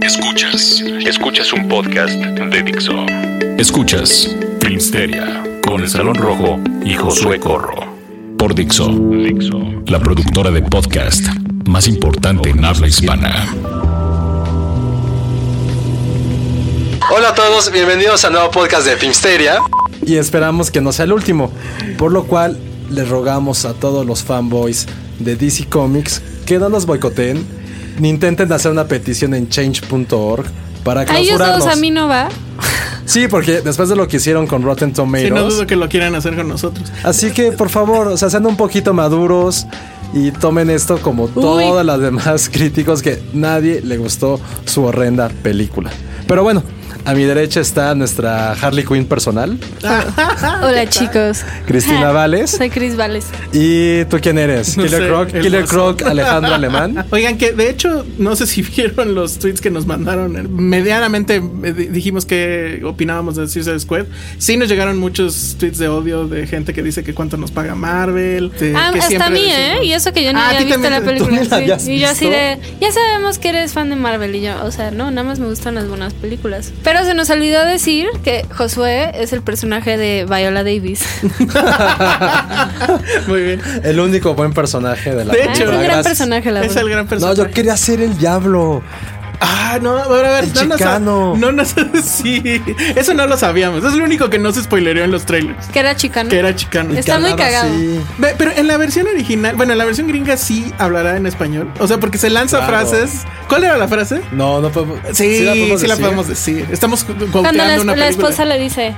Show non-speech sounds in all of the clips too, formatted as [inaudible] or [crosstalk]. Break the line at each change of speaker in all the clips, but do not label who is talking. Escuchas, escuchas un podcast de Dixo. Escuchas Filmsteria con el Salón Rojo y Josué Corro. Por Dixo, la productora de podcast más importante en habla hispana.
Hola a todos, bienvenidos al nuevo podcast de Filmsteria.
y esperamos que no sea el último. Por lo cual, les rogamos a todos los fanboys de DC Comics que no nos boicoteen ni intenten hacer una petición en change.org para
A ellos
clausurarnos.
todos a mí no va.
Sí, porque después de lo que hicieron con Rotten Tomatoes.
Sí, no dudo que lo quieran hacer con nosotros.
Así que, por favor, o sea, sean un poquito maduros y tomen esto como todas las demás [laughs] críticos que nadie le gustó su horrenda película. Pero bueno, a mi derecha está nuestra Harley Quinn personal,
Ah,
Hola chicos. [laughs]
Cristina Vales.
Soy Cris Vales.
¿Y tú quién eres?
No
Killer
sé,
Croc,
el
Killer
oso.
Croc, Alejandro Alemán. [laughs]
Oigan, que de hecho, no sé si [laughs] vieron los tweets que nos mandaron. Medianamente eh, di- dijimos que opinábamos de Suicide Squad. Sí, nos llegaron muchos tweets de odio de gente que dice que cuánto nos paga Marvel. de-
Ah,
Eh, que
hasta
siempre
a mí,
decimos-
¿eh? Y eso que yo no
Ah, a
había
ti
visto
también
la
te-
película.
¿tú la
sí.
habías
Y yo así
visto?
de. Ya sabemos que eres fan de Marvel. Y yo, o sea, no, nada más me gustan las buenas películas. Pero se nos olvidó decir que Josué es el personaje de Viola
[laughs]
Davis.
Muy bien.
El único buen personaje de la
De
Ah, es
hecho,
un gran
Gracias.
personaje, la
Es
verdad.
el gran
No,
personaje.
yo quería ser el diablo.
Ah, no, a ver, a ver.
El
no nos-
chicano.
No nos. [laughs] Sí. Eso no lo sabíamos. Es lo único que no se spoilereó en los trailers.
Que era chicano.
Que era chicano.
Está muy
Hablaba
cagado.
así.
Ve, Pero en la versión original, bueno, en la versión gringa sí hablará en español. O sea, porque se lanza
Claro.
frases. ¿Cuál era la frase?
No, no podemos.
Sí, sí la podemos, decir? Estamos
Cuando la,
cuoteando una
la
película.
esposa le dice.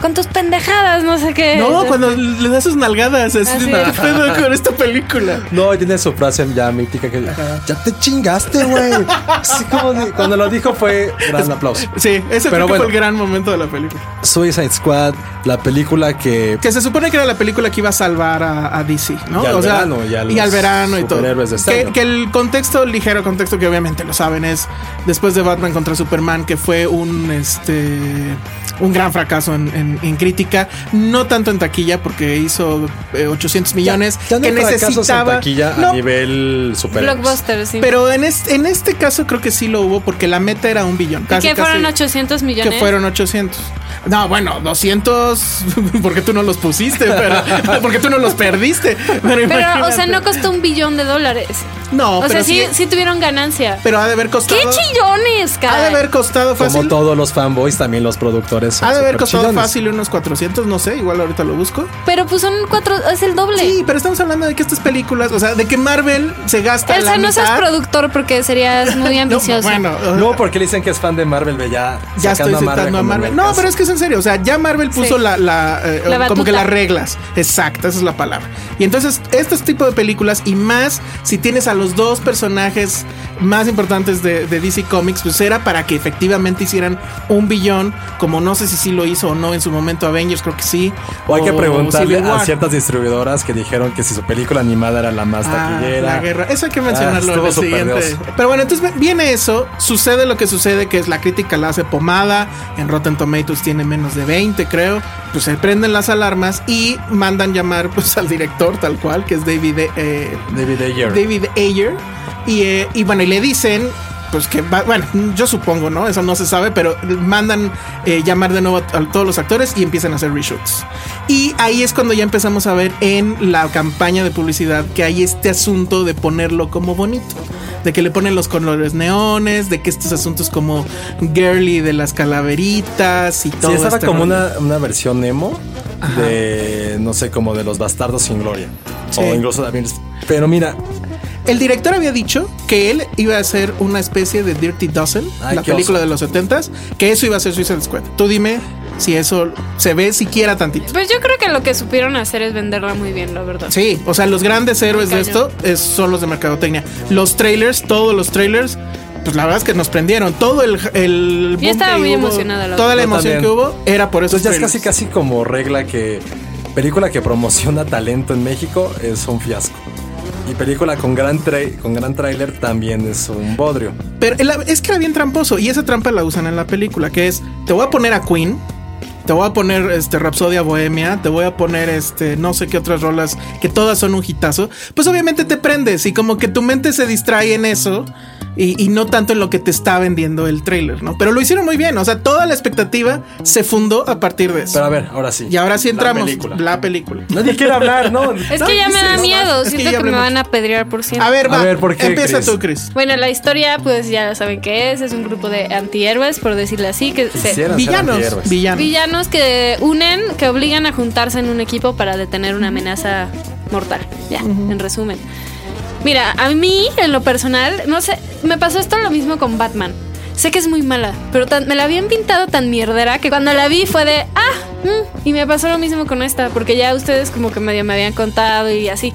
Con tus pendejadas, no sé qué.
No,
Entonces,
cuando le da sus nalgadas. Es
Así
una
es.
pedo con esta película.
No, y tiene su frase ya mítica que ya te chingaste, güey. Así como de- cuando lo dijo fue gran aplauso.
Sí, ese
Pero
creo que
bueno.
fue el gran momento de la película.
Suicide Squad, la película que
Que se supone que era la película que iba a salvar a, a DC, ¿no?
Y al verano, y a los
al verano y todo.
superhéroes de este
que,
año.
que el contexto, ligero contexto que obviamente lo saben, es después de Batman contra Superman, que fue un este un gran fracaso en, en- en crítica, no tanto en taquilla, porque hizo eh, 800 millones,
ya no
que
hay fracasos en
necesitaba.
taquilla a
No,
nivel superhéroe.
Blockbuster, sí.
Pero en este, en este caso creo que sí lo hubo porque la meta era un billón.
Y
Casi,
que fueron
casi,
800 millones.
que fueron 800. No, bueno, 200 [laughs] porque tú no los pusiste, pero [laughs] porque tú no los perdiste. Pero,
Pero, o
imagínate.
sea, no costó un billón de dólares.
No,
o
pero
sea, sí,
sí,
sí tuvieron ganancia.
pero ha de haber
¡Qué
costado.
chillones,
Ha de
cara!
haber costado
Como
fácil.
todos los fanboys, también los productores. son
Ha de haber
súper
costado
chillones.
fácil unos 400, no sé, igual ahorita lo busco.
Pero pues son cuatro, es el doble.
Sí, pero estamos hablando de que estas películas, o sea, de que Marvel se gasta
o
la
sea, no seas
mitad.
productor porque serías
[laughs]
muy [laughs]
No,
ambicioso.
bueno, o sea,
No, porque le dicen que es fan de Marvel, ve ya.
ya estoy
sacando a Marvel
citando a
como
Marvel.
el
No,
caso.
pero es que es en serio. O sea, ya Marvel puso
Sí.
la, la, eh,
La
como que
batuta.
las reglas. Exacto, esa es la palabra. Y entonces, este tipo de películas, y más si tienes a los dos personajes más importantes de, de DC Comics, pues era para que efectivamente hicieran un billón, como no sé si sí lo hizo o no en su momento Avengers, creo que sí.
O hay que preguntarle
Civil War.
a ciertas distribuidoras que dijeron que si su película animada era la más
Ah,
taquillera.
la guerra. Eso hay que mencionarlo
Ah,
en
estuvo
el
súper
siguiente.
odioso.
Pero bueno, entonces viene eso, sucede lo que sucede, que es la crítica la hace pomada, en Rotten Tomatoes tiene menos de 20, creo. Pues se prenden las alarmas y mandan llamar pues al director tal cual, que es David eh,
David Ayer.
David Ayer. Y, eh, y bueno, y le dicen, pues que va- bueno, yo supongo, ¿no? Eso no se sabe, pero mandan eh, llamar de nuevo a, a todos los actores y empiezan a hacer reshoots. Y ahí es cuando ya empezamos a ver en la campaña de publicidad que hay este asunto de ponerlo como bonito, de que le ponen los colores neones, de que estos asuntos como girly de las calaveritas y todo.
Sí, estaba
este
como
rollo.
una, una versión emo de, no sé, como de los bastardos sin gloria.
Sí.
O incluso también. Pero mira,
El director había dicho que él iba a hacer una especie de Dirty Dozen,
Ay,
la
qué
película
oso.
de los 70s, que eso iba a ser Suicide Squad. Tú dime si eso se ve siquiera tantito.
Pues yo creo que lo que supieron hacer es venderla muy bien, la verdad.
Sí, o sea, los grandes héroes de
Cañón.
esto es- son los de mercadotecnia. Los trailers, todos los trailers, pues la verdad es que nos prendieron. Todo el. el boom
estaba
que
muy
hubo,
emocionada, la
Toda
verdad.
la
Yo
emoción
también.
que hubo era por eso.
entonces ya es casi, casi como regla que película que promociona talento en México es un fiasco. Y película con gran, trai- con gran trailer también es un bodrio.
Pero el- es que era bien tramposo y esa trampa la usan en la película, que es te voy a poner a Queen, te voy a poner este Rapsodia Bohemia, te voy a poner este no sé qué otras rolas que todas son un hitazo, pues obviamente te prendes y como que tu mente se distrae en eso. Y, y no tanto en lo que te está vendiendo el trailer, ¿no? Pero lo hicieron muy bien, o sea, toda la expectativa se fundó a partir de eso.
Pero a ver, ahora sí.
y ahora sí entramos.
La película.
La película.
Nadie quiere hablar,
[laughs]
¿no?
Es que ya me da
dices,
miedo,
es que
siento
ya
que, me
hablé
van a pedrear por siempre.
A ver,
A
va.
ver, ¿por qué,
empieza
Chris?
tú, Chris.
Bueno, la historia, pues ya saben qué es, es un grupo de antihéroes, por decirlo así, que se,
Quisieran ser
Villanos,
antihéroes.
villanos.
villanos que unen, que obligan a juntarse en un equipo para detener una amenaza mortal. Ya, en resumen. Mira, a mí, en lo personal, no sé, me pasó esto lo mismo con Batman. Sé que es muy mala, pero tan- me la habían pintado tan mierdera que cuando la vi fue de, ah, mm", y me pasó lo mismo con esta, porque ya ustedes como que medio me habían contado y así.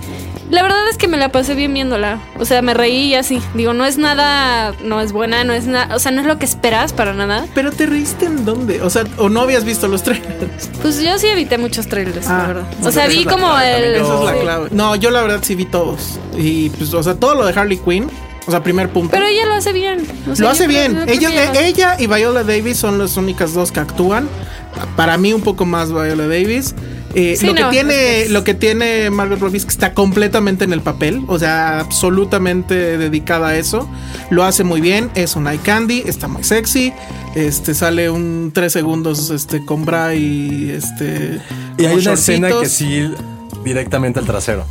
La verdad es que me la pasé bien viéndola, o sea, me reí y así. Digo, no es nada, no es buena, no es nada, o sea, no es lo que esperas para nada.
Pero te reíste en dónde? O sea, o no habías visto los trailers.
Pues yo sí evité muchos trailers,
Ah,
la verdad. O
pues
sea,
esa
vi
es la
como
clave
el.
también,
Esa es la
sí.
clave. No, yo la verdad sí vi todos. Y pues, o sea, todo lo de Harley Quinn. O sea, primer punto.
Pero ella lo hace bien. O sea,
lo
yo
hace
creo-
bien.
yo creo
Ella,
que
eh,
lo hace-
ella y Viola Davis son las únicas dos que actúan. Para mí, un poco más Viola Davis. Eh,
Sí,
lo, que
no,
tiene,
es-
lo que tiene Margot Robbie es que está completamente en el papel, o sea, absolutamente dedicada a eso. Lo hace muy bien, es un eye candy, está muy sexy. Este sale un tres segundos este, con bra y este.
Y hay
como
una escena que
shortcitos.
sí directamente al trasero.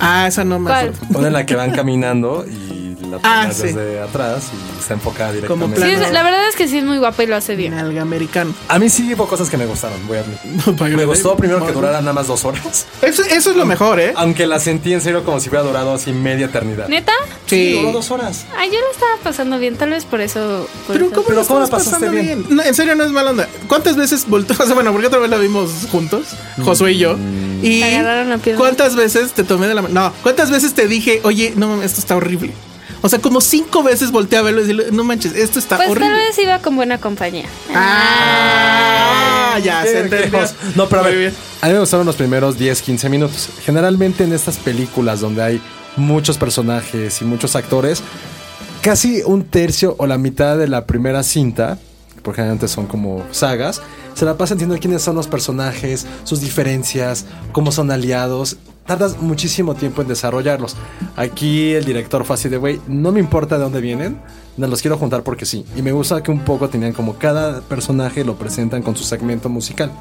Ah, esa no me
¿Cuál?
acuerdo.
Una en la que van caminando y la
Ah,
tomas
sí.
desde atrás y está enfocada
Como
directamente.
Sí,
plano.
es- la verdad es que sí es muy guapa y lo hace bien.
Nalga americano.
A mí sí hubo cosas que me gustaron, voy a admitir.
Viola
Me gustó
Davis.
primero que durara Ah, nada más dos horas. [laughs]
Eso, eso es lo mejor, ¿eh?
Aunque la sentí en serio como si hubiera durado así media eternidad.
¿Neta?
Sí, duró dos horas.
Ay, yo la estaba pasando bien, tal vez por eso. por
Pero
eso.
¿cómo,
Pero
la
¿cómo la
estamos
pasaste
pasando
bien?
No, en serio, no es mala onda. ¿Cuántas veces volteó? [laughs] O sea, bueno, porque otra vez la vimos juntos, Josué y yo. Y
Te agarraron la pierna.
¿Cuántas veces te tomé de la mano? No, ¿cuántas veces te dije, oye, no mames, esto está horrible? O sea, como cinco veces volteé a verlo y decirle, no manches, esto está
Pues
horrible.
tal vez iba con buena compañía.
Ah, ya, se
Qué
entendió.
lejos. No, pero a
Muy
ver,
bien.
a mí me gustaron los primeros 10, 15 minutos. Generalmente en estas películas donde hay muchos personajes y muchos actores, casi un tercio o la mitad de la primera cinta, porque generalmente son como sagas, se la pasa entiendo quiénes son los personajes, sus diferencias, cómo son aliados. Tardas muchísimo tiempo en desarrollarlos. Aquí el director fue así de, güey, no me importa de dónde vienen, no los quiero juntar porque sí. Y me gusta que un poco tenían como cada personaje lo presentan con su segmento musical.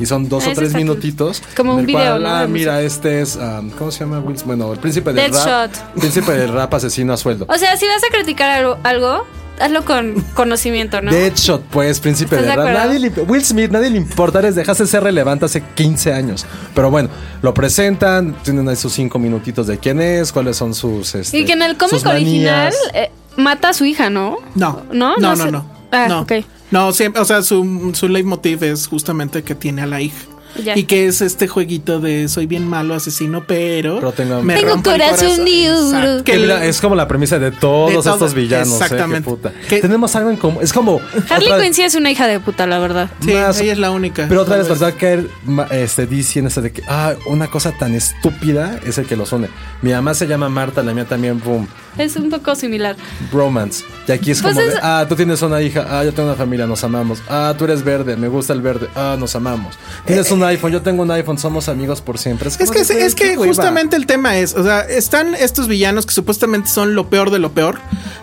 Y son dos
Ah,
o
eso
tres
está cool.
minutitos.
Como
en
un
el
video, ¿no?
ah,
de
mira, este es, um, ¿cómo se llama? Wills? Bueno, el príncipe del rap.
Deadshot.
Príncipe del rap asesino a
[laughs]
sueldo.
O sea, si vas a criticar algo, algo hazlo
[laughs]
con conocimiento, ¿no?
Deadshot, pues, príncipe
¿Estás
de
de
rap.
acuerdo?
Nadie le- Will Smith, nadie le importa, les dejaste ser relevante hace 15 años. Pero bueno, lo presentan, tienen ahí sus cinco minutitos de quién es, cuáles son sus. este,
y que en el cómic
sus manías.
original eh, mata a su hija, ¿no?
No,
¿No?
no, no.
sé-
no.
Ah,
no.
ok.
No, siempre, o sea, su, su leitmotiv es justamente que tiene a la hija.
Ya.
Y que es este jueguito de soy bien malo, asesino, pero.
Pero tengo-
me
Tengo
rompo el
corazón duro.
Exacto.
Que mira, es como la premisa de todos
De todo-
estos villanos. eh, qué
exactamente.
puta.
Que-
Tenemos algo en común. Es como.
Harley
otra-
Quinn sí es una hija de puta, la verdad.
Sí,
más-
ella es la única.
Pero otra vez,
Tal
¿verdad? Caer ma- este, DC en ese de que, ah, una cosa tan estúpida es el que los une. Mi mamá se llama Marta, la mía también, boom,
Es un poco similar.
bromance. Y aquí es como,
Pues es-
de, ah, tú
Eh,
tienes una hija, ah, yo tengo una familia, nos amamos. Ah, tú eres verde, me gusta el verde, ah, nos amamos. Tienes un iPhone, yo tengo un iPhone, somos amigos por siempre.
Es
como
que,
de, güey,
es
qué
que
hueva.
justamente el tema es, o sea, están estos villanos que supuestamente son lo peor de lo peor.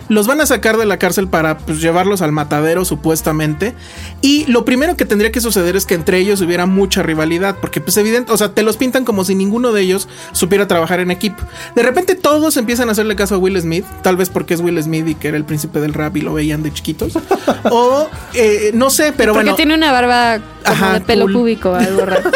Los van a sacar de la cárcel para pues, llevarlos al matadero supuestamente. Y lo primero que tendría que suceder es que entre ellos hubiera mucha rivalidad. Porque pues evidente, o sea, te los pintan como si ninguno de ellos supiera trabajar en equipo. De repente todos empiezan a hacerle caso a Will Smith. Tal vez porque es Will Smith y que era el príncipe del rap y lo veían de chiquitos. o eh, no sé, pero
Porque
bueno.
tiene una barba como
Ajá,
de pelo
cool.
púbico, algo
[laughs]
raro.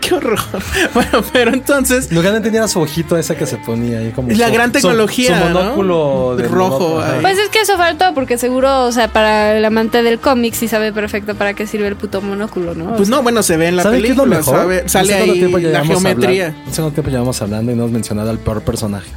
Qué horror. [laughs] bueno, pero entonces...
Lo que no tenía era su ojito ese que se ponía ahí como.
Y la
su-
gran
su-
tecnología,
Su,
¿no?
monóculo de
Rojo, ah,
monóculo, ajá.
ahí.
Pues es que eso faltó, porque seguro, o sea, para el amante del cómic sí sabe perfecto para qué sirve el puto monóculo, ¿no?
Pues no, bueno, se ve en la
¿Saben qué es lo
película,
mejor?
sabe-
No sé
sale
cuánto
ahí
tiempo
la
llevamos
geometría,
hablando- no sé cuánto tiempo llevamos hablando y no hemos mencionado al peor personaje,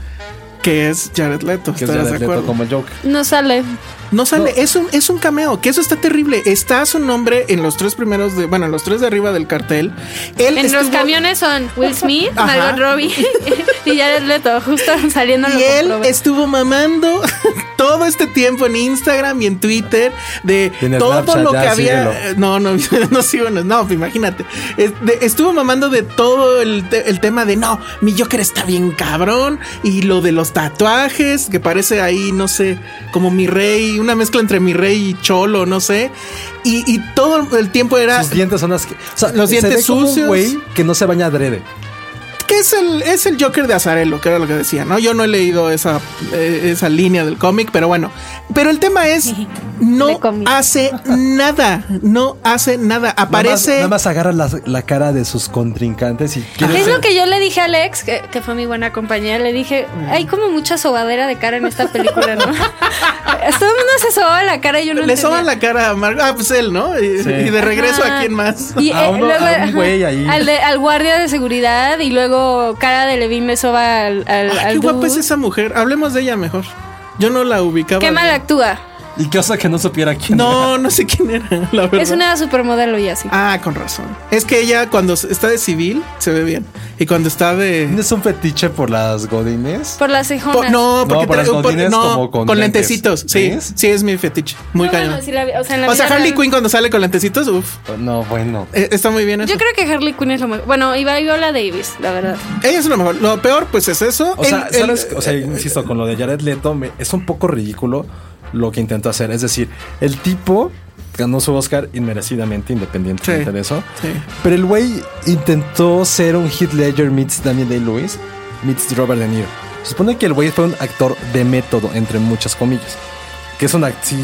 que es Jared Leto,
que es
¿estarás de
Jared Leto
acuerdo?
como el Joker.
No sale.
No sale, es, un, es un cameo, que eso está terrible. Está su nombre en los tres primeros, de, bueno, en los tres de arriba del cartel. Él
En los
estuvo-
camiones son
[laughs]
Will Smith,
Ajá.
Margot Robbie
[laughs]
y Jared Leto, justo saliendo lo
Y él
comprobé.
estuvo mamando [laughs] todo este tiempo en Instagram y en Twitter de
Y en
todo
Snapchat,
lo que
ya, síguelo.
había. eh, No, [laughs] no, no sigo, no, no, imagínate. Es- de- Estuvo mamando de todo el, te- el tema de no, mi Joker está bien cabrón y lo de los tatuajes que parece ahí, no sé, como mi rey, una mezcla entre mi rey y cholo, no sé. Y, y todo el tiempo era.
Sus dientes son las que.
Los dientes sucios.
güey que no se baña adrede.
que es el, es el Joker de Azarelo, que era lo que decía, ¿no? Yo no he leído esa, eh, esa línea del cómic, pero bueno. Pero el tema es,
[laughs]
no
De cómic.
hace nada, no hace nada. Aparece...
Nada más, nada más agarra la, la cara de sus contrincantes y quiere
Es
ser-
lo que yo le dije a Alex, que, que fue mi buena compañera, le dije,
Mm.
hay como mucha sobadera de cara en esta película, ¿no? [laughs] Todo el mundo se sobaba la cara y yo no
le
entendía.
soban la cara a Mark. Ah, pues él, ¿no? Y,
Sí.
y de regreso
Ajá.
a quién más.
[laughs] Y,
A
eh,
uno-
luego,
a un
ajá,
güey ahí.
[laughs] Al, de- al guardia de seguridad y luego cara de Levin me soba al, al,
Ah,
al
qué guapa
dude.
es esa mujer. Hablemos de ella mejor. Yo no la ubicaba.
Qué
bien.
mal actúa.
Y qué oso que no supiera quién
No, no sé quién era, la verdad.
Es una supermodelo y así.
Ah, con razón. Es que ella cuando está de civil se ve bien. Y cuando está de...
¿Tienes un fetiche por las godines?
Por las
Po-
cejonas.
no, porque
por
trae-
las
por-
godines
no,
como con
con,
lentes.
lentecitos. Sí,
¿Ves?
sí, es mi fetiche. Muy
No,
cañón.
bueno, sí la vi- o sea, en la
o sea,
vida
Harley
real-
Quinn cuando sale con lentecitos, uff,
No, bueno.
está muy bien eso.
Yo creo que Harley Quinn es lo mejor. Bueno, y Viola Davis, la verdad.
Ella es lo mejor. Lo peor, pues es eso.
O sea,
El- el-
¿sabes? o sea, insisto, con lo de Jared Leto me- es un poco ridículo lo que intentó hacer. Es decir, el tipo ganó su Oscar inmerecidamente, independientemente
Sí.
de eso.
Sí.
Pero el güey intentó ser un Heath Ledger meets Daniel Day-Lewis meets Robert De Niro. Se supone que el güey fue un actor de método, entre muchas comillas. Que es un act- si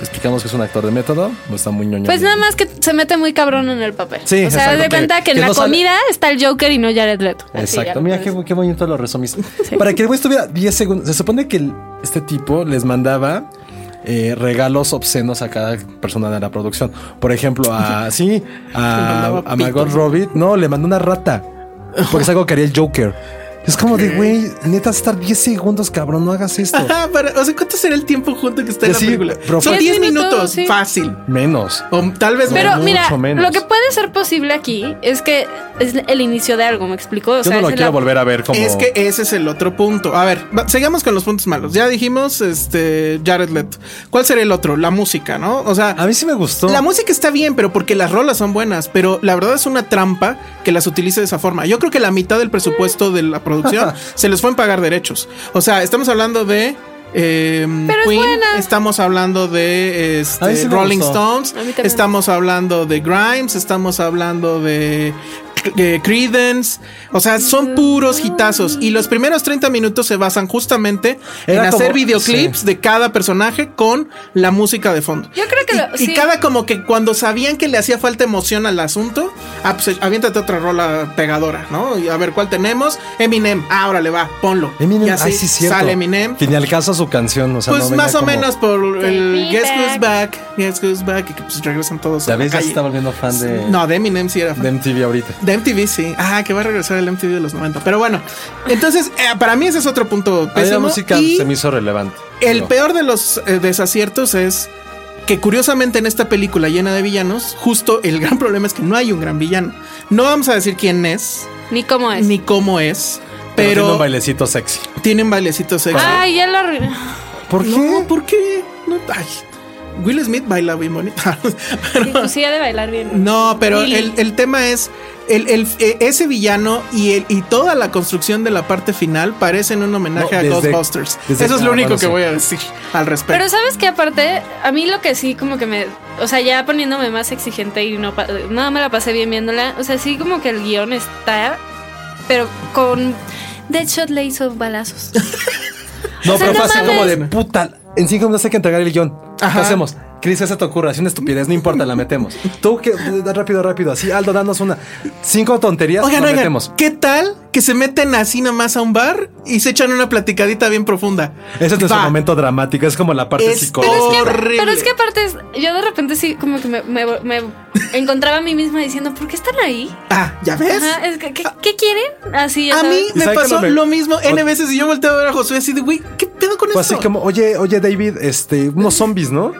explicamos que es un actor de método, pues está muy ñoño.
Pues nada más que se mete muy cabrón en el papel.
Sí,
o sea,
exacto,
haz de cuenta que,
que-
en
que
la
no sale-
comida está el Joker y no Jared Leto. Así, ya
Exacto,
lo
mira qué,
puedes-
bu- qué bonito lo
[laughs]
resumiste. Para que el güey estuviera 10 segundos, se supone que el- este tipo les mandaba eh, regalos obscenos a cada persona de la producción. Por ejemplo,
[laughs]
a sí, a,
mandaba
a Margot
pitos.
Robbie, no, le mandó una rata. Porque es algo que haría el Joker. Es como de, güey, neta, estar 10 segundos, cabrón, no hagas
[laughs]
esto.
Ajá, para- o sea, ¿cuánto será el tiempo junto que está en
Que
la
sí,
película?
pero
Son
fue-
10
Diez
minutos,
minutos, sí.
fácil.
Menos.
O tal vez
Pero
Mucho
mira,
menos.
lo que puede ser posible aquí es que es el inicio de algo, ¿me explico? O
Yo
sea,
no lo
es
quiero
la-
volver a ver como.
Es que ese es el otro punto. A ver, va- sigamos con los puntos malos. Ya dijimos, este, Jared Leto. ¿Cuál sería el otro? La música, ¿no? O sea,
A mí sí me gustó.
La música está bien, pero porque las rolas son buenas, pero la verdad es una trampa que las utilice de esa forma. Yo creo que la mitad del presupuesto de la
[laughs]
producción se les fue en pagar derechos. O sea, estamos hablando de eh,
Pero es
Queen,
buena.
estamos hablando de este,
A mí sí me
Rolling
gustó.
Stones,
A mí también.
estamos hablando de Grimes, estamos hablando de eh, Creedence, o sea,
Mm.
son puros hitazos y los primeros 30 minutos se basan justamente
Era
en
como-
hacer videoclips
sí.
de cada personaje con la música de fondo.
Yo creo que
Y-
lo-
y
sí.
cada como que cuando sabían que le hacía falta emoción al asunto, ah, pues aviéntate otra rola pegadora, ¿no? Y a ver cuál tenemos. Eminem, ah, órale, va, ponlo.
Eminem,
Y
ay,
así
sí, es cierto.
sale Eminem.
Fin y al caso su canción, o sea,
Pues
no venga
más o
como-
menos por el
Take me
Guess Who's Back, Guess Who's Back, y que pues regresan todos. a
Ya
la
ves, ya se
calle.
está volviendo fan de,
No, de Eminem sí era fan.
de MTV ahorita.
De MTV, sí. Ah, que va a regresar el MTV de los 90. Pero bueno, entonces, eh, para mí ese es otro punto
A mí
pésimo.
la música pues,
Y-
se me hizo relevante.
el
Digo,
peor de los eh, desaciertos es que curiosamente en esta película llena de villanos, justo el gran [laughs] problema es que no hay un gran villano. No vamos a decir quién es,
Ni cómo Ah, es.
ni cómo es,
tiene un
pero,
bailecito sexy.
tienen bailecito sexy. [laughs]
Ay, ya lo arruiné.
¿Por
No, ¿por qué? No, ay. Will Smith baila bien bonito. [laughs]
Sí, pues sí, ha de bailar bien.
No, pero
Lily.
el, el tema es el, el- eh, ese villano y, el, y toda la construcción de la parte final parecen un homenaje
No,
a
desde-
Ghostbusters.
desde-
Eso es lo
ah,
único
bueno,
que
sí.
voy a decir al respecto.
Pero sabes que aparte, a mí lo que sí como que me... O sea, ya poniéndome más exigente y no, pa- no me la pasé bien viéndola. O sea, sí como que el guión está, pero con... Deadshot le hizo balazos.
No,
O sea,
pero fue
no
así
mames.
como de puta. En cinco minutos hay que entregar el guión. ¿Qué
Ajá.
hacemos? Cris, esa te ocurre, así una estupidez, no importa, la metemos. Tú que rápido, rápido, así, Aldo, danos una. Cinco tonterías,
Oigan,
la
oigan,
metemos.
¿qué tal que se meten así nomás a un bar y se echan una platicadita bien profunda?
Ese es nuestro
Va.
momento dramático, es como la parte
Es
psicológica.
[laughs] horrible.
Pero es que aparte, es- yo de repente sí como que me, me- me encontraba a mí misma diciendo, ¿por qué están ahí?
Ah, ¿ya ves?
Ajá, es que- ¿qué, qué quieren? Así, ya
A
sabes.
mí
¿Y
me
sabe que
pasó
no me-
lo mismo N veces y yo volteo a ver a Josué así de, güey, ¿qué pedo con
Pues
eso?
así como, oye, oye, David, este, unos zombies,
[laughs]
¿no?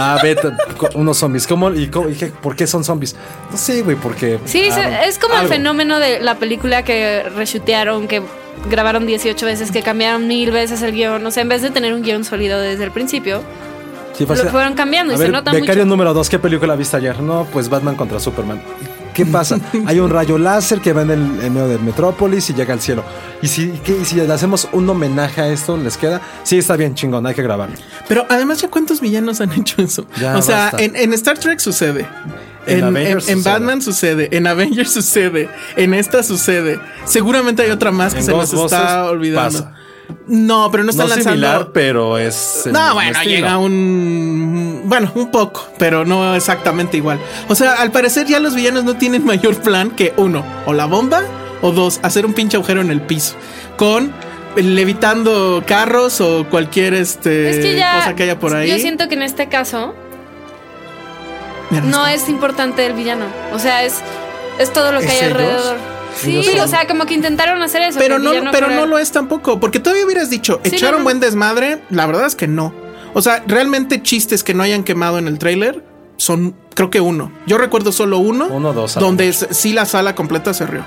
Ah, vete, co- unos zombies. ¿Cómo? ¿Y, cómo- y qué- por qué son zombies? No sé, güey, porque.
Sí, se-
ah,
es como el
algo.
fenómeno de la película que reshutearon, que grabaron 18 veces, que cambiaron mil veces el guión. O sea, en vez de tener un guión sólido desde el principio,
Sí, fue
lo
así-
fueron cambiando y
A
se
ver,
nota
Becario
mucho.
número 2, ¿qué película viste ayer? No, pues Batman contra Superman. [laughs] ¿Qué pasa? Hay un rayo láser que va en el en medio de Metrópolis y llega al cielo. ¿Y si, qué- y si le hacemos un homenaje a esto, les queda? Sí, está bien, chingón, hay que grabar.
Pero además, ¿ya cuántos villanos han hecho eso?
Ya,
o sea,
basta.
en, en Star Trek sucede.
En
En,
Avengers
en- en
sucede.
Batman sucede, en Avengers sucede, en esta sucede. Seguramente hay otra más que
En
se nos
Ghostbusters
está olvidando.
pasa.
No, pero no están lanzando.
pero es. el
No,
mismo
bueno,
estilo.
llega un. Bueno, un poco, pero no exactamente igual. O sea, al parecer ya los villanos no tienen mayor plan que uno, o la bomba, o dos, hacer un pinche agujero en el piso. Con levitando carros o cualquier este
Es que ya.
cosa que haya por ahí.
Yo siento que en este caso
Mira,
no
está.
es importante el villano. O sea, es, es todo lo que
¿Es
hay
ellos?
alrededor. Sí,
Ellos son-
o sea, como que intentaron hacer eso.
Pero no, pero no lo es tampoco, porque todavía hubieras dicho,
Sí,
echar
no,
un
no.
buen desmadre, la verdad es que no. O sea, realmente chistes que no hayan quemado en el tráiler son, creo que uno. Yo recuerdo solo uno.
Uno, dos, a lo
Donde s- sí la sala completa se rió.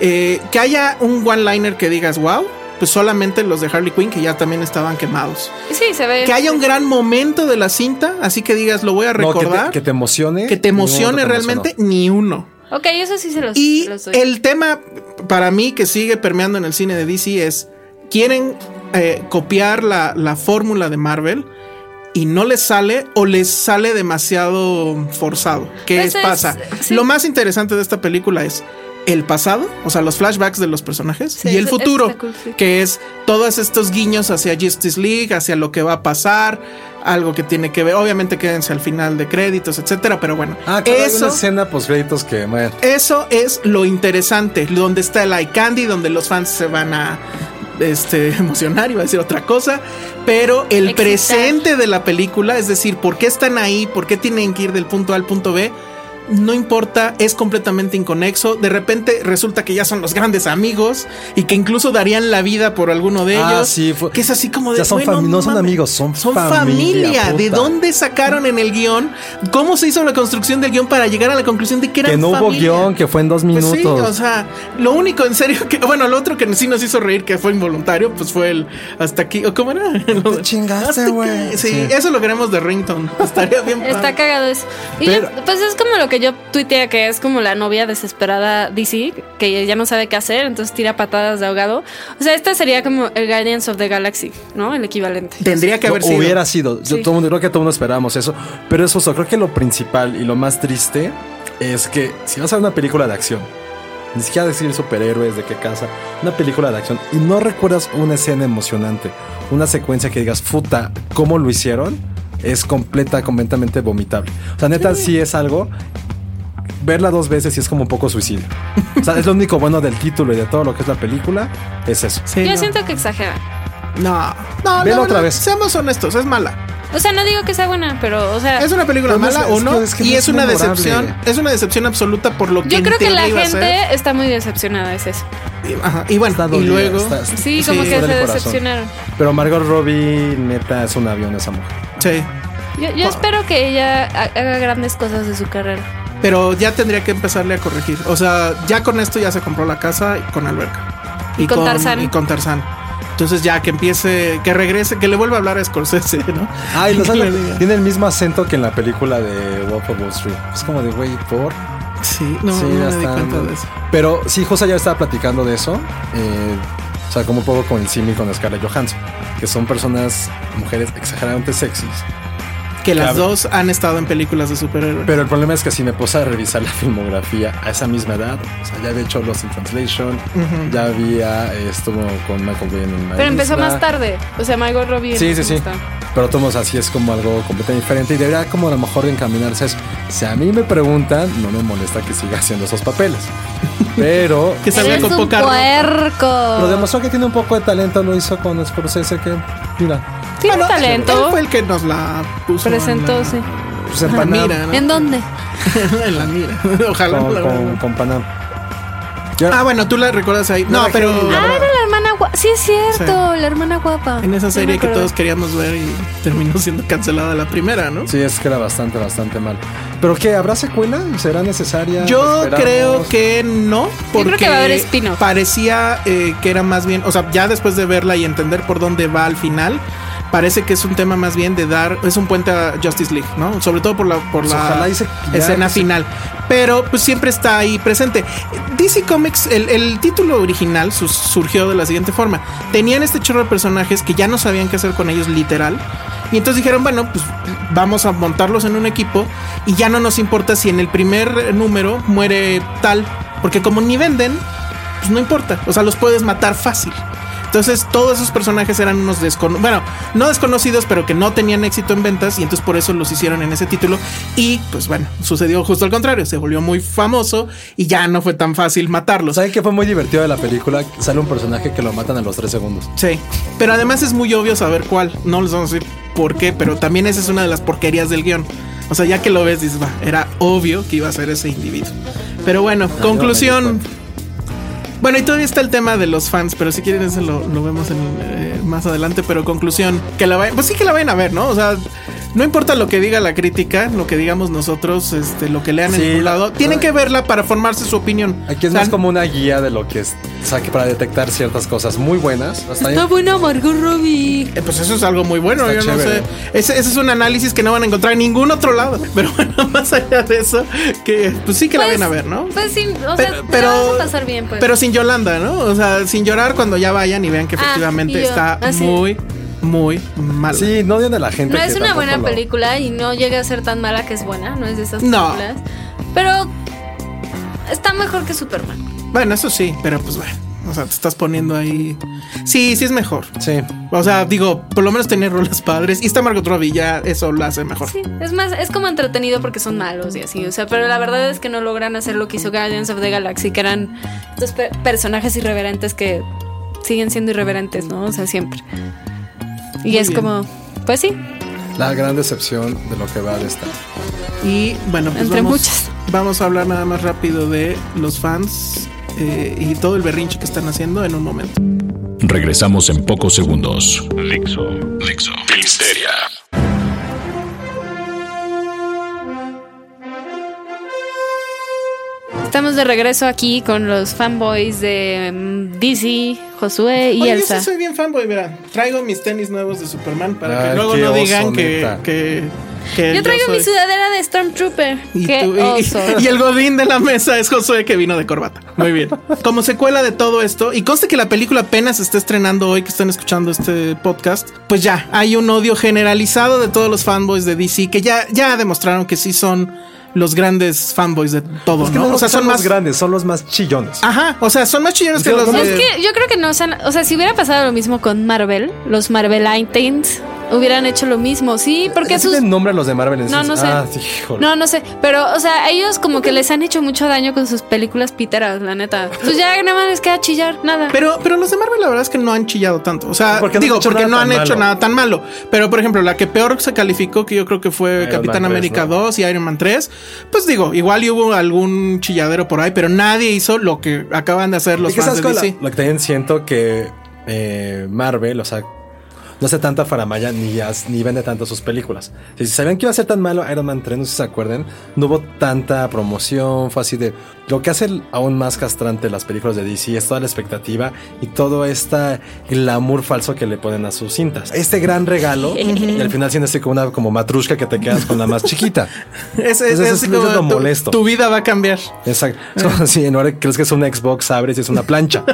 Eh, que haya un one-liner que digas, wow, pues solamente los de Harley Quinn que ya también estaban quemados.
Sí, se ve.
Que haya un gran momento de la cinta, así que digas, lo voy a
No, que,
recordar.
te, que te emocione.
que te
Ni uno
emocione
te emocionó.
realmente, ni uno.
Ok, eso sí se los,
Y
se los doy.
el tema para mí que sigue permeando en el cine de DC es, quieren eh, copiar la, la fórmula de Marvel y no les sale o les sale demasiado forzado. ¿Qué
Ese Pues es-
pasa?
sí.
Lo más interesante de esta película es el pasado, o sea, los flashbacks de los personajes
Sí,
y el
eso- eso
futuro,
está cool, sí.
que es todos estos guiños hacia Justice League, hacia lo que va a pasar, algo que tiene que ver, obviamente quédense al final de créditos, etcétera, pero bueno,
Ah, claro, hay una escena post créditos que, bueno.
eso es lo interesante, donde está el eye candy, donde los fans se van a este, [laughs] emocionar, iba a decir otra cosa, pero el
Excitar.
presente de la película, es decir, por qué están ahí, por qué tienen que ir del punto A al punto B, no importa, es completamente inconexo, de repente resulta que ya son los grandes amigos y que incluso darían la vida por alguno de
Ah,
ellos,
sí, fue-
que es así como de...
Ya son
bueno,
fami- no son
mames,
amigos, son familia,
familia. ¿De
puta.
dónde sacaron en el guión? ¿Cómo se hizo la construcción del guión para llegar a la conclusión de que eran
Que no hubo
familia?
guión, que fue en dos
Pues
minutos.
sí, o sea, lo único en serio que, bueno, lo otro que sí nos hizo reír que fue involuntario, pues fue el hasta aquí, ¿o cómo era? [laughs] Lo de-
chingaste,
hasta aquí.
güey.
Sí,
Sí.
eso lo queremos de Rington. [laughs] Estaría bien.
Está
padre.
cagado eso. Y
Pero-
yo- pues es como lo que yo tuiteé, que es como la novia desesperada DC, que ya no sabe qué hacer, entonces tira patadas de ahogado. O sea, este sería como el Guardians of the Galaxy, ¿no? El equivalente.
Tendría que
No,
haber sido.
Hubiera sido. Yo-
Sí.
todo mundo- creo que todo mundo esperábamos eso. Pero es justo. Creo que lo principal y lo más triste es que si vas a ver una película de acción, ni siquiera decir superhéroes, de qué casa, una película de acción y no recuerdas una escena emocionante, una secuencia que digas, puta, ¿cómo lo hicieron? Es completa, completamente vomitable. O sea, neta, sí es algo verla dos veces y es como un poco suicidio. O sea, es lo único bueno del título y de todo lo que es la película, es eso.
Sí,
Yo
no.
siento que exagera.
No, no, la
Vela otra
verdad,
vez.
Seamos honestos, es mala.
O sea, no digo que sea buena, pero, o sea,
Es una película
No, no es-
mala,
es
uno,
que- es que
y
no
es
es
una
memorable.
decepción. Es una decepción absoluta por lo que.
yo
en
creo que la
teoría iba a ser.
gente está muy decepcionada, es eso.
Y- ajá, y bueno,
Está
y
dolida,
luego.
está-
Sí,
Sí,
como
duele
que se
el corazón.
decepcionaron.
Pero Margot Robbie, neta, es un avión esa mujer.
Sí.
Yo,
Ah.
yo espero que ella ha- haga grandes cosas de su carrera.
Pero ya tendría que empezarle a corregir. O sea, ya con esto ya se compró la casa y con alberca.
Y con Tarzán.
Y con Tarzán. Entonces ya que empiece, que regrese, que le vuelva a hablar a Scorsese, ¿no?
Ay, los
Que le
[laughs] habla-
diga.
tiene el mismo acento que en la película de Wolf of Wall Street. Es como de, güey, por.
Sí, no,
Sí,
no
ya
me di
está,
cuenta
¿no?
de eso.
Pero sí, Josa ya estaba platicando de eso. eh, o sea, como un poco con el Simi y con Scarlett Johansson, que son personas, mujeres exageradamente sexys.
Que las
Cabrón.
dos han estado en películas de superhéroes.
Pero el problema es que si me puse a revisar la filmografía a esa misma edad, o sea, ya había hecho Lost in Translation, ya había, eh, estuvo con Michael Bay en una
Pero empezó
isla.
más tarde. O sea, Michael Robbie.
Sí, sí,
empezó
sí.
más tarde.
Pero todos así es como algo completamente diferente y debería como a lo mejor encaminarse a eso. Si a mí me preguntan, no me molesta que siga haciendo esos
[laughs]
papeles. Pero
que salga
Eres
con
un
poca ropa.
puerco.
lo demostró que tiene un poco de talento, lo hizo con Scorsese que, mira,
Tiene
Bueno, él
talento.
fue el que nos la puso.
Presentó, sí.
pues en
En la
Panam,
mira, ¿no?
¿En dónde?
[laughs] en la mira. [laughs] Ojalá.
con,
la
con,
verdad.
con Panam. Yo-
Ah, bueno, tú la recuerdas ahí. No,
la
pero
gente, la
Ah, era la hermana guapa. Sí, es cierto,
Sí.
la hermana guapa.
en esa
Ya me
serie que
acordé.
todos queríamos ver y terminó siendo cancelada la primera, ¿no?
Sí, es que era bastante, bastante mal. ¿Pero qué? ¿Habrá secuela? ¿Será necesaria?
Yo
¿Esperamos?
creo que no,
creo que
porque
va a haber spin-off.
parecía eh, que era más bien, o sea, ya después de verla y entender por dónde va al final, parece que es un tema más bien de dar, es un puente a Justice League, ¿no? Sobre todo por la, por
Pues
la
ojalá y se- ya
escena
que se-
final. Pero pues siempre está ahí presente. DC Comics, el, el título original sus- surgió de la siguiente forma. Tenían este chorro de personajes que ya no sabían qué hacer con ellos literal. Y entonces dijeron, bueno, pues vamos a montarlos en un equipo y ya no nos importa si en el primer número muere tal, porque como ni venden, pues no importa. O sea, los puedes matar fácil. Entonces, todos esos personajes eran unos desconocidos, bueno, no desconocidos, pero que no tenían éxito en ventas y entonces por eso los hicieron en ese título. Y pues bueno, sucedió justo al contrario, se volvió muy famoso y ya no fue tan fácil matarlos.
¿Saben qué fue muy divertido de la película? Sale un personaje que lo matan a los tres segundos.
Sí, pero además es muy obvio saber cuál, no les vamos a decir por qué, pero también esa es una de las porquerías del guión. O sea, ya que lo ves, dices, va, era obvio que iba a ser ese individuo. Pero bueno,
Ah, yo me di
conclusión. Bueno, y todavía está el tema de los fans, pero si quieren eso lo, lo vemos en, eh, más adelante. Pero conclusión, que la vayan, pues sí que la vayan a ver, ¿no? O sea, no importa lo que diga la crítica, lo que digamos nosotros, este, lo que lean
Sí,
en ningún
la-
lado, tienen
la-
que verla para formarse su opinión.
Aquí es
O sea,
más como una guía de lo que es, o sea, que para detectar ciertas cosas muy buenas. Hasta ahí.
Está buena Margot Robbie.
Eh, Pues eso es algo muy bueno,
Está
yo
chévere.
no sé. Ese, ese es un análisis que no van a encontrar en ningún otro lado. [laughs] Pero bueno, más allá de eso, que pues sí que la
Pues-
ven a ver, ¿no?
Pues sí, o sea,
Pero,
pero,
pero-
vas a pasar bien, pues.
pero sin Yolanda, ¿no? O sea, sin llorar cuando ya vayan y vean que
Ah,
efectivamente
y yo.
está
Ah, sí.
muy, muy mal.
Sí, no odian a la gente.
no es
que
una
tampoco
buena
lo-
película y no llega a ser tan mala que es buena, no es de esas
No.
películas. Pero está mejor que Superman.
Bueno, eso sí, pero pues bueno. O sea, te estás poniendo ahí. Sí, sí es mejor.
Sí.
O sea, digo, por lo menos tener rolas padres. Y está Margot Robbie, ya eso la hace mejor.
Sí, es más, es como entretenido porque son malos y así. O sea, pero la verdad es que no logran hacer lo que hizo Guardians of the Galaxy, que eran estos per- personajes irreverentes que siguen siendo irreverentes, ¿no? O sea, siempre. Y es
bien.
como, pues sí,
La gran decepción de lo que va de esta.
Y bueno, pues
Entre
vamos,
muchas.
Vamos a hablar nada más rápido de los fans eh, y todo el berrinche que están haciendo en un momento.
Regresamos en pocos segundos. Dixo. Dixo. Filmsteria.
estamos de regreso aquí con los fanboys de mm, DC, Josué y
Oye,
Elsa.
yo sí soy bien fanboy, verá. Traigo mis tenis nuevos de Superman para
Ay,
que luego
qué
no
oso,
digan que,
neta.
que, que
Yo traigo
soy-
mi sudadera de Stormtrooper.
eh. Y,
Qué
tú- y- [laughs]
oso.
y el godín de la mesa es Josué que vino de corbata. Muy bien. Como secuela de todo esto, y conste que la película apenas se está estrenando hoy que están escuchando este podcast, pues ya hay un odio generalizado de todos los fanboys de DC que ya, ya demostraron que sí son los grandes fanboys de todo,
Es que
¿no?
no
O sea, son más grandes.
grandes, son los más chillones.
Ah,
Ajá, o sea, son más chillones que
Yo
los
no
de-
Es que yo creo que no se han- o sea, si hubiera pasado lo mismo con Marvel, los Marveliteens hubieran hecho lo mismo, sí, porque
¿Así
sus
le nombran los de Marvel en
No,
sus-
no sé.
Ah, híjole.
No, no sé, pero o sea, ellos como que les han hecho mucho daño con sus películas piteras, la neta. Entonces ya nada más les queda chillar, nada.
Pero, pero los de Marvel la verdad es que no han chillado tanto. O sea,
Porque no han
digo,
hecho
porque
nada
no han
tan
hecho
malo.
nada tan malo. Pero, por ejemplo, la que peor se calificó, que yo creo que fue
Iron
Capitán
Man tres,
América
¿no?
2 y Iron Man 3, pues digo, igual y hubo algún chilladero por ahí, pero nadie hizo lo que acaban de hacer los
Y que
fans
sabes
de
cuál,
DC.
Lo que también siento que eh, Marvel, o sea, no hace tanta faramaya ni, as- ni vende tanto sus películas. Si sabían que iba a ser tan malo Iron Man 3, no sé si se acuerden, no hubo tanta promoción, fue así de... Lo que hace el- aún más castrante las películas de DC es toda la expectativa y todo este glamour falso que le ponen a sus cintas. Este gran regalo y al final siendo así como una como matrushka que te quedas con la más chiquita.
Es,
Entonces,
es, así
eso Pues es
como
lo
tu-
molesto.
Tu, vida va a cambiar.
[laughs]
Exacto. Es como si en hora que crees que es un Xbox, abres y es una plancha.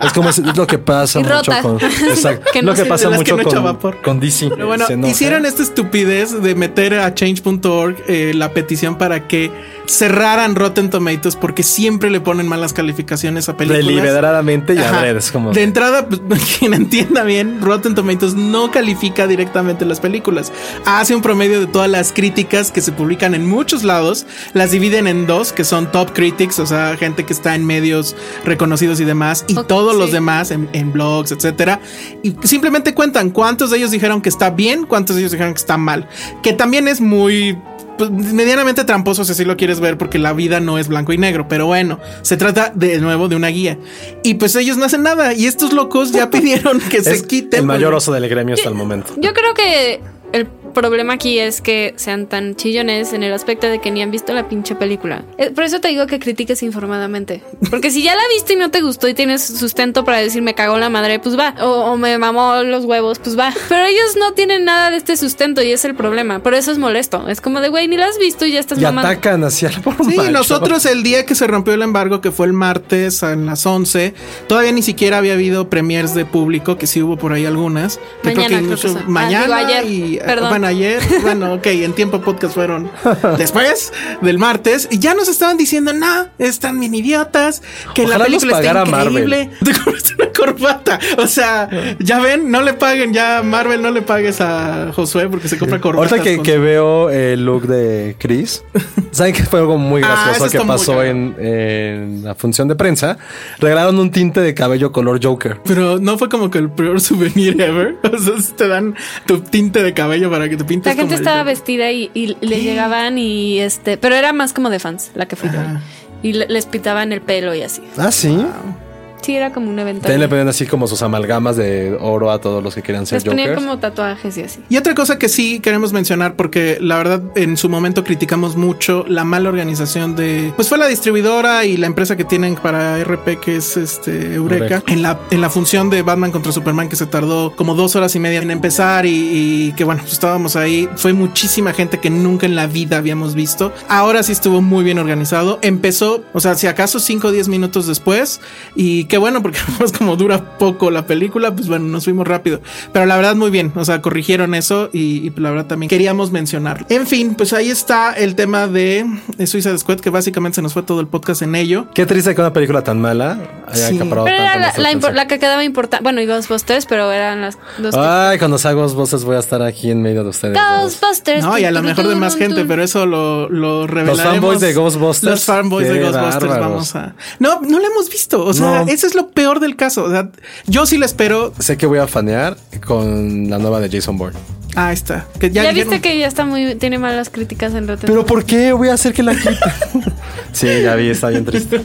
Es como es, es lo que pasa
Y
mucho
rota.
con. Exacto.
[laughs] Que
lo
no
que
sirve,
pasa
las que
mucho
no echa
con,
vapor.
con DC.
Pero bueno,
Se enoja.
hicieron esta estupidez de meter a change.org eh, la petición para que cerraran Rotten Tomatoes porque siempre le ponen malas calificaciones a películas.
deliberadamente y
Ajá.
a ver, es como.
De entrada, pues, [laughs] quien entienda bien, Rotten Tomatoes no califica directamente las películas. Hace un promedio de todas las críticas que se publican en muchos lados, las dividen en dos, que son top critics, o sea, gente que está en medios reconocidos y demás, y
Ok,
todos los
sí.
demás en, en blogs, etcétera. Y simplemente cuentan cuántos de ellos dijeron que está bien, cuántos de ellos dijeron que está mal. Que también es muy pues, medianamente tramposo si así lo quieres ver porque la vida no es blanco y negro, pero bueno, se trata de nuevo de una guía. Y pues ellos no hacen nada y estos
[laughs]
locos ya pidieron que
es
se quiten.
el mayor oso del gremio hasta el momento.
Yo creo que el problema aquí es que sean tan chillones en el aspecto de que ni han visto la pinche película. Eh, Por eso te digo que critiques informadamente. Porque si ya la viste y no te gustó y tienes sustento para decir me cagó la madre, pues va. O, o me mamó los huevos, pues va. Pero ellos no tienen nada de este sustento y es el problema. Por eso es molesto. Es como de, güey, ni la has visto y ya estás
Y
mamando.
atacan hacia el
[laughs]
por
Sí,
macho.
nosotros el día que se rompió el embargo, que fue el martes a las 11, todavía ni siquiera había habido premiers de público, que sí hubo por ahí algunas. Yo
Mañana, creo que
incluso
son. Ah,
mañana
digo, ayer.
y eh,
Perdón.
bueno, ayer, bueno, ok, en tiempo podcast fueron
[laughs]
después del martes y ya nos estaban diciendo, "No, están bien idiotas, que
Ojalá
la
nos
película está
pagara Marvel.
[laughs]
increíble." Te compraste una corbata. O sea,
Ah.
ya ven, no le paguen ya Marvel no le pagues a Josué porque se compra corbatas.
Ahorita que,
con
que veo eh, el look de
[laughs]
Chris, saben que fue algo muy
Ah,
gracioso
eso
que
está muy
pasó
cagado.
en, en la función de prensa. Regalaron un tinte de cabello color Joker.
Pero no fue como que el peor [laughs] souvenir ever. O sea, si te dan tu tinte de cabello para que te pintes.
La gente
como el-
estaba vestida y, y le llegaban y este, pero era más como de fans la que fui yo. Y le- les pitaban el pelo y así.
Ah, sí.
Sí, era como un evento.
También le ponían así como sus amalgamas de oro a todos los que querían ser
Les ponían
Jokers.
como tatuajes y así.
Y otra cosa que sí queremos mencionar, porque la verdad en su momento criticamos mucho la mala organización de. Pues fue la distribuidora y la empresa que tienen para RP, que es este Eureka,
Eureka.
En, la, en la función de Batman contra Superman, que se tardó como dos horas y media en empezar y, y que bueno, pues estábamos ahí. Fue muchísima gente que nunca en la vida habíamos visto. Ahora sí estuvo muy bien organizado. Empezó, o sea, si acaso 5 o 10 minutos después. Y qué bueno, porque [laughs] además como dura poco la película, pues bueno, nos fuimos rápido. Pero la verdad muy bien, o sea, corrigieron eso y, y la verdad también queríamos mencionarlo. En fin, pues ahí está el tema de eh, Suicide Squad, que básicamente se nos fue todo el podcast en ello.
Qué triste que una película tan mala haya
Sí.
acaparado
Pero era
tanto
la,
nuestra
la impo-
atención.
la que quedaba importante. Bueno, y Ghostbusters, pero eran las dos.
Ah,
Ay, cuando salgo voces voy a estar aquí en medio de ustedes. dos.
Ghostbusters.
No, y a
tun,
lo
tun,
mejor de
tun,
más
tun,
gente,
tun.
pero eso lo, lo revelaremos.
fanboys de Ghostbusters.
Los fanboys
Qué
de Ghostbusters
bárbaros.
vamos a... No, no lo hemos visto. O sea,
No.
eso es lo peor del caso. O sea, yo sí lo espero.
Sé que voy a fanear con la nueva de Jason Bourne.
Ah, está. Que ya,
Ya,
dijeron-
viste que ya está muy. Tiene malas críticas en Rotten.
Pero ¿por qué voy a hacer que la quiten? [laughs] sí, ya vi, está bien triste.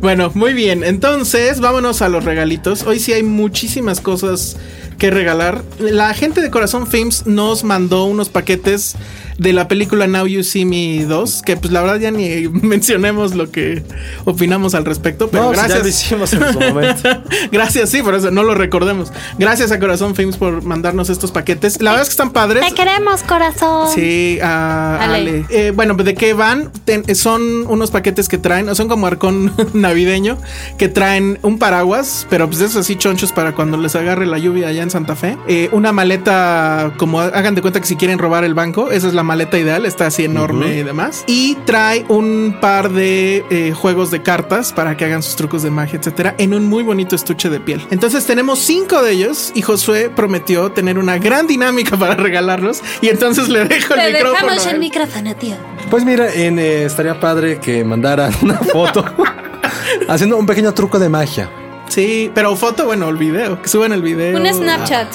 Bueno, muy bien. Entonces, vámonos a los regalitos. Hoy sí hay muchísimas cosas que regalar. La gente de Corazón Films nos mandó unos paquetes de la película Now You See Me 2, que pues la verdad ya ni [laughs] mencionemos lo que opinamos al respecto,
[laughs]
pero
No, pues, ya
gracias.
lo hicimos en [laughs] su momento.
[laughs] Gracias, sí, por eso no lo recordemos. Gracias a Corazón Films por mandarnos estos paquetes. La verdad es que están padres.
Te queremos, corazón.
Sí, a
Ale.
Ale. Eh, bueno, ¿de qué van? Ten- son unos paquetes que traen, o son como arcón [laughs] navideño, que traen un paraguas, pero pues de esos así chonchos para cuando les agarre la lluvia allá en Santa Fe. Eh, una maleta, como ha- hagan de cuenta que si quieren robar el banco, esa es la maleta ideal, está así enorme y demás. Y trae un par de eh, juegos de cartas para que hagan sus trucos de magia, etcétera, en un muy bonito estuche de piel. Entonces tenemos cinco de ellos y Josué prometió tener una gran dinámica [laughs] para regalarlos y entonces le dejo el
Te
micrófono.
dejamos
a él.
el micrófono, tío.
Pues mira, en, eh, estaría padre que mandaran una [laughs] foto haciendo un pequeño truco de magia.
Sí, pero foto, bueno, el video, que suban el video.
Un Snapchat.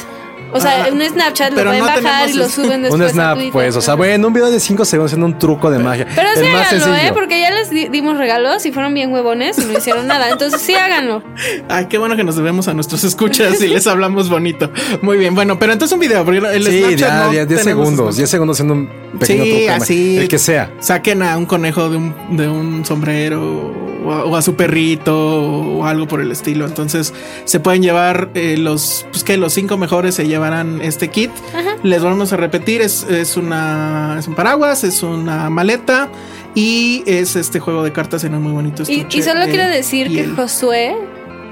O sea, un Snapchat lo
ah, Pero
pueden
no
bajar
tenemos
y lo
eso.
suben después.
un
a
snap,
Twitter.
pues. O sea, bueno, un video de 5 segundos en un truco de magia.
Pero sí
el más
háganlo,
sencillo.
¿eh? Porque ya les di- dimos regalos y fueron bien huevones y no hicieron nada. Entonces sí háganlo.
Ay, Ah, qué bueno que nos debemos a nuestros escuchas
[laughs]
y les hablamos bonito. Muy bien, bueno, pero entonces un video, porque el
Sí,
Snapchat
ya,
no
ya 10
tenemos
segundos,
Snapchat.
10 segundos en un pequeño truco.
Sí,
de magia.
así.
El que sea.
Saquen a un conejo de un, de un sombrero o a, o a su perrito o algo por el estilo. Entonces se pueden llevar eh, los, pues que los cinco mejores se llevarán este kit. Les volvemos a repetir, es, es una, es un paraguas, es una maleta y es este juego de cartas en un muy bonito
Y,
estuche
y solo
de
quiero decir que
piel.
Josué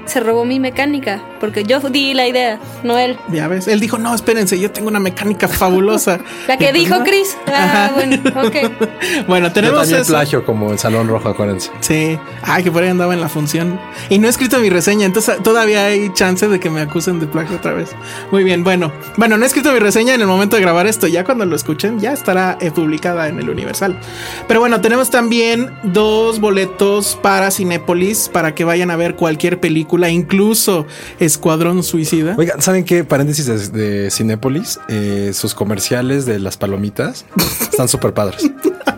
se robó mi mecánica. Porque yo di la idea, no él.
Ya ves, él dijo, no, espérense, yo tengo una mecánica fabulosa.
[laughs] La que
Y pues,
dijo
no.
Chris. Ah,
Ajá.
bueno, ok.
Bueno,
Yo
tenemos
también
eso. ¿Ah?
plagio como el Salón Rojo, acuérdense.
Sí, ay, que por ahí andaba en la función. Y no he escrito mi reseña, entonces ah, todavía hay chance de que me acusen de plagio otra vez. Muy bien, bueno. Bueno, no he escrito mi reseña en el momento de grabar esto, ya cuando lo escuchen ya estará eh, publicada en el Universal. Pero bueno, tenemos también dos boletos para Cinépolis para que vayan a ver cualquier película, incluso Escuadrón Suicida.
Oigan, ¿saben qué? Paréntesis de, de Cinépolis, eh, sus comerciales de las
[laughs]
palomitas están súper padres.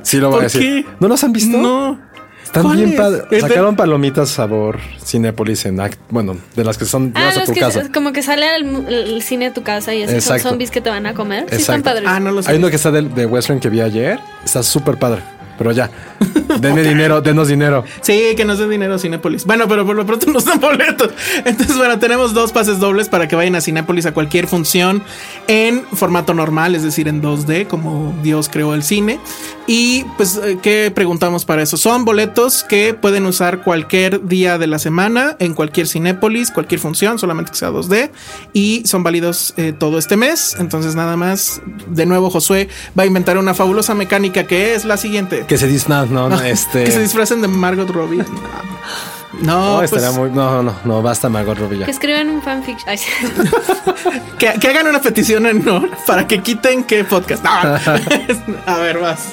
Sí, lo voy a
¿Por
decir.
qué?
¿No los han visto?
No.
Están
¿Cuál
bien
es?
padres.
Es de-
Sacaron palomitas sabor Cinépolis en act, bueno, de las que son
Ah,
llevas a
los
tu
que
casa.
como que sale al el cine de tu casa y así
Exacto.
son zombies que te van a comer. Sí, están
Exacto.
padres.
Ah, no lo sé.
Hay uno que está de, de Western que vi ayer. Está súper padre. Pero ya.
[laughs]
Denme dinero, denos dinero.
Sí, que nos den dinero a Cinépolis. Bueno, pero por lo pronto [laughs] nos dan boletos. Entonces, bueno, tenemos dos pases dobles para que vayan a Cinépolis a cualquier función en formato normal, es decir, en 2D, como Dios creó el cine. Y pues, eh, ¿qué preguntamos para eso? Son boletos que pueden usar cualquier día de la semana en cualquier Cinépolis, cualquier función, solamente que sea 2D. Y son válidos eh, todo este mes. Entonces, nada más, de nuevo, Josué va a inventar una fabulosa mecánica que es la siguiente.
Que se dis... No, no, no, este.
[laughs] Que se disfracen de Margot
[laughs]
Robbie. No,
no,
pues,
estaría muy. No, no, no, basta Margot Robbie ya.
Que escriben un fanfic. Ay, [laughs] sí.
que, que hagan una petición en no para que quiten qué podcast.
[laughs]
No. [laughs] a ver, vas.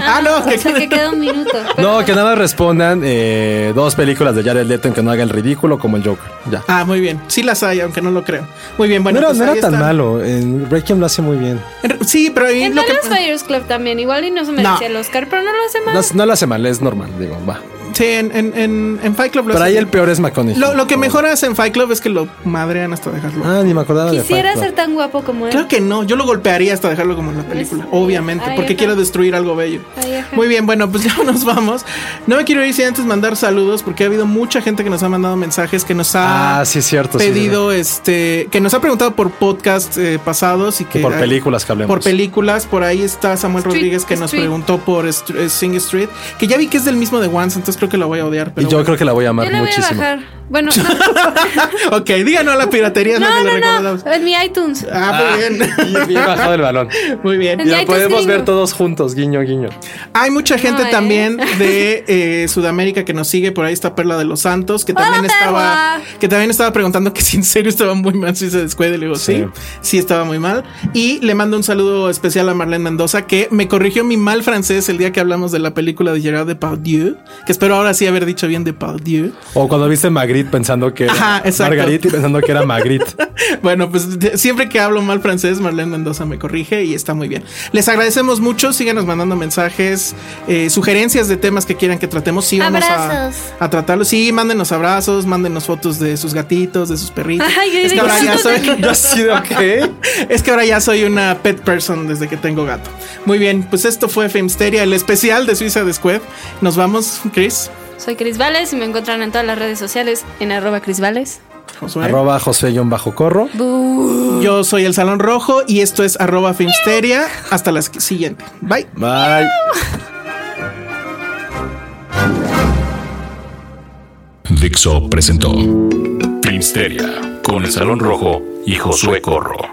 Ah, no, que,
o sea, que queda un minuto.
No, que nada más respondan eh, dos películas de Jared Leto en que no haga el ridículo como el Joker. Ya.
Ah, muy bien. Sí las hay, aunque no lo creo. Muy bien, bueno.
no era,
pues
no era
ahí
tan
están.
malo. En Breaking lo hace muy bien.
En- Sí, pero ahí
En
lo que
Dallas Buyers Club también. Igual y no se merecía
No.
el Oscar, pero no lo hace mal.
No, no lo hace mal, es normal, digo, va.
Sí, en, en, en, en Fight Club lo
Pero ahí
hacen.
el peor es McConaughey.
Lo, lo que mejor hacen en Fight Club es que lo madrean hasta dejarlo.
Ah, ni me acordaba
Quisiera
de Fight
ser
Club.
tan guapo como él.
Claro que no, yo lo golpearía hasta dejarlo como en la película,
Pues,
obviamente,
ay,
porque
ajá.
quiero destruir algo bello.
Ay, ajá.
Muy bien, bueno, pues [laughs] ya nos vamos. No me quiero ir sin antes mandar saludos, porque ha habido mucha gente que nos ha mandado mensajes, que nos ha
Ah, sí, es cierto. sí,
pedido, este, que nos ha preguntado por podcasts eh, pasados y
sí, sí.
que...
Y por
hay-
películas que hablemos.
Por películas, por ahí está Samuel
Street,
Rodríguez que nos
Street.
preguntó por Str- eh, Sing Street, que ya vi que es del mismo de Once, entonces creo que la voy a odiar.
Y
Pero
yo creo que la voy a amar
Yo le voy
muchísimo.
a bajar. Bueno, no,
creo... [laughs] Ok, díganos la piratería, es lo que le
no, no,
recomendamos.
no. En mi iTunes.
Ah, muy bien. [laughs]
Y bien bajado el balón.
muy bien.
Ya
Ya
hay
podemos
testigo.
ver todos juntos, guiño, guiño.
Hay mucha gente
No, ¿eh? [laughs]
también de eh, Sudamérica que nos sigue. Por ahí está Perla de los Santos, que también
Hola,
estaba,
Perla.
que también estaba preguntando que si en serio estaba muy mal si se descuida. Y le digo, sí.
Sí.
sí, estaba muy mal. Y le mando un saludo especial a Marlene Mendoza, que me corrigió mi mal francés el día que hablamos de la película de Gerard Depardieu, que espero ahora sí haber dicho bien Depardieu.
O cuando viste Magritte pensando que era
Ajá, exacto.
Margarita y pensando que era
[laughs]
Magritte.
Bueno, pues de- siempre que hablo mal francés, Marlene Mendoza me corrige y está muy bien. Les agradecemos mucho. Síganos mandando mensajes, eh, sugerencias de temas que quieran que tratemos. Sí, vamos a,
Abrazos.
a tratarlos. Sí, mándenos abrazos, mándenos fotos de sus gatitos, de sus perritos.
Ay, yo
es, que
digo,
ahora ya
fotos
soy,
Yo así de ok.
[laughs] es que ahora ya soy una pet person desde que tengo gato. Muy bien, pues esto fue Filmsteria, el especial de Suiza de Squad. Nos vamos, Chris.
Soy Cris Vales y me encuentran en todas las redes sociales en arroba Cris Vales.
Josué.
Arroba José-Corro.
Yo soy el Salón Rojo y esto es arroba Filmsteria. Hasta la siguiente. Bye.
Bye.
Dixo presentó Filmsteria con el Salón Rojo y Josué Corro.